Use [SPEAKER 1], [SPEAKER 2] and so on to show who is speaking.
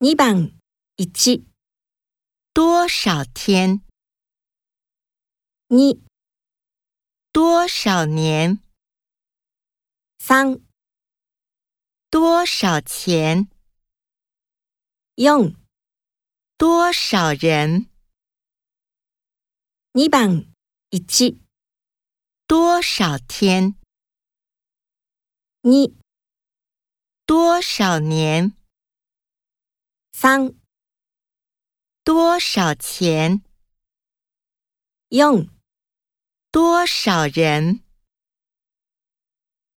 [SPEAKER 1] 二番1
[SPEAKER 2] 多少天？
[SPEAKER 1] 2
[SPEAKER 2] 多少年？
[SPEAKER 1] 3
[SPEAKER 2] 多少钱？
[SPEAKER 1] 4
[SPEAKER 2] 多少人？
[SPEAKER 1] 二番1
[SPEAKER 2] 多少天？
[SPEAKER 1] 2
[SPEAKER 2] 多少年？
[SPEAKER 1] 3
[SPEAKER 2] 多少钱？
[SPEAKER 1] 4
[SPEAKER 2] 多少人？